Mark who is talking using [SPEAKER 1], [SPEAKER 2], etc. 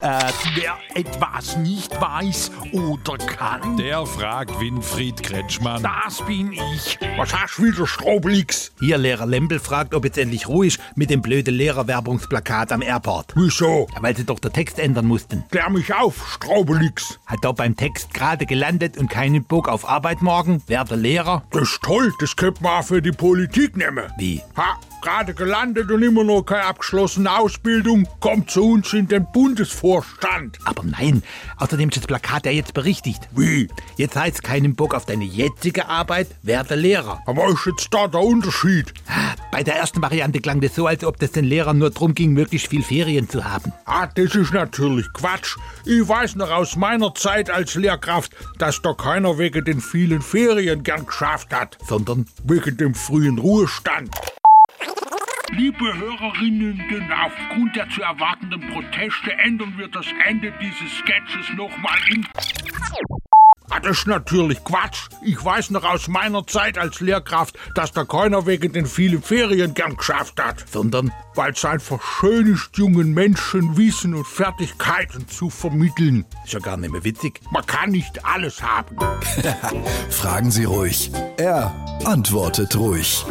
[SPEAKER 1] Äh, wer etwas nicht weiß oder kann,
[SPEAKER 2] Der fragt Winfried Kretschmann.
[SPEAKER 1] das bin ich. Was hast du wieder, Stroblix?
[SPEAKER 3] Hier, Lehrer Lempel fragt, ob jetzt endlich ruhig mit dem blöden Lehrerwerbungsplakat am Airport.
[SPEAKER 1] Wieso?
[SPEAKER 3] Ja, weil sie doch den Text ändern mussten.
[SPEAKER 1] Klär mich auf, Stroblix.
[SPEAKER 3] Hat da beim Text gerade gelandet und keinen Bock auf Arbeit morgen? Werde Lehrer?
[SPEAKER 1] Das ist toll, das könnte man auch für die Politik nehmen.
[SPEAKER 3] Wie?
[SPEAKER 1] Ha, gerade gelandet und immer noch keine abgeschlossene Ausbildung, kommt zu uns in den Bundesvorstand.
[SPEAKER 3] Aber nein, außerdem ist das Plakat ja jetzt berichtigt.
[SPEAKER 1] Wie?
[SPEAKER 3] Jetzt heißt keinen Bock auf deine jetzige Arbeit, werde Lehrer.
[SPEAKER 1] Aber ist jetzt da der Unterschied?
[SPEAKER 3] Bei der ersten Variante klang das so, als ob das den Lehrern nur darum ging, möglichst viel Ferien zu haben.
[SPEAKER 1] Ah, das ist natürlich Quatsch. Ich weiß noch aus meiner Zeit als Lehrkraft, dass da keiner wegen den vielen Ferien gern geschafft hat.
[SPEAKER 3] Sondern,
[SPEAKER 1] Wegen dem frühen Ruhestand. Liebe Hörerinnen, denn aufgrund der zu erwartenden Proteste ändern wir das Ende dieses Sketches nochmal in. Ah, das ist natürlich Quatsch. Ich weiß noch aus meiner Zeit als Lehrkraft, dass da keiner wegen den vielen Ferien gern geschafft hat
[SPEAKER 3] sondern,
[SPEAKER 1] weil es einfach schön ist, jungen Menschen Wissen und Fertigkeiten zu vermitteln.
[SPEAKER 3] ist ja gar nicht mehr witzig.
[SPEAKER 1] Man kann nicht alles haben.
[SPEAKER 4] Fragen Sie ruhig. Er antwortet ruhig.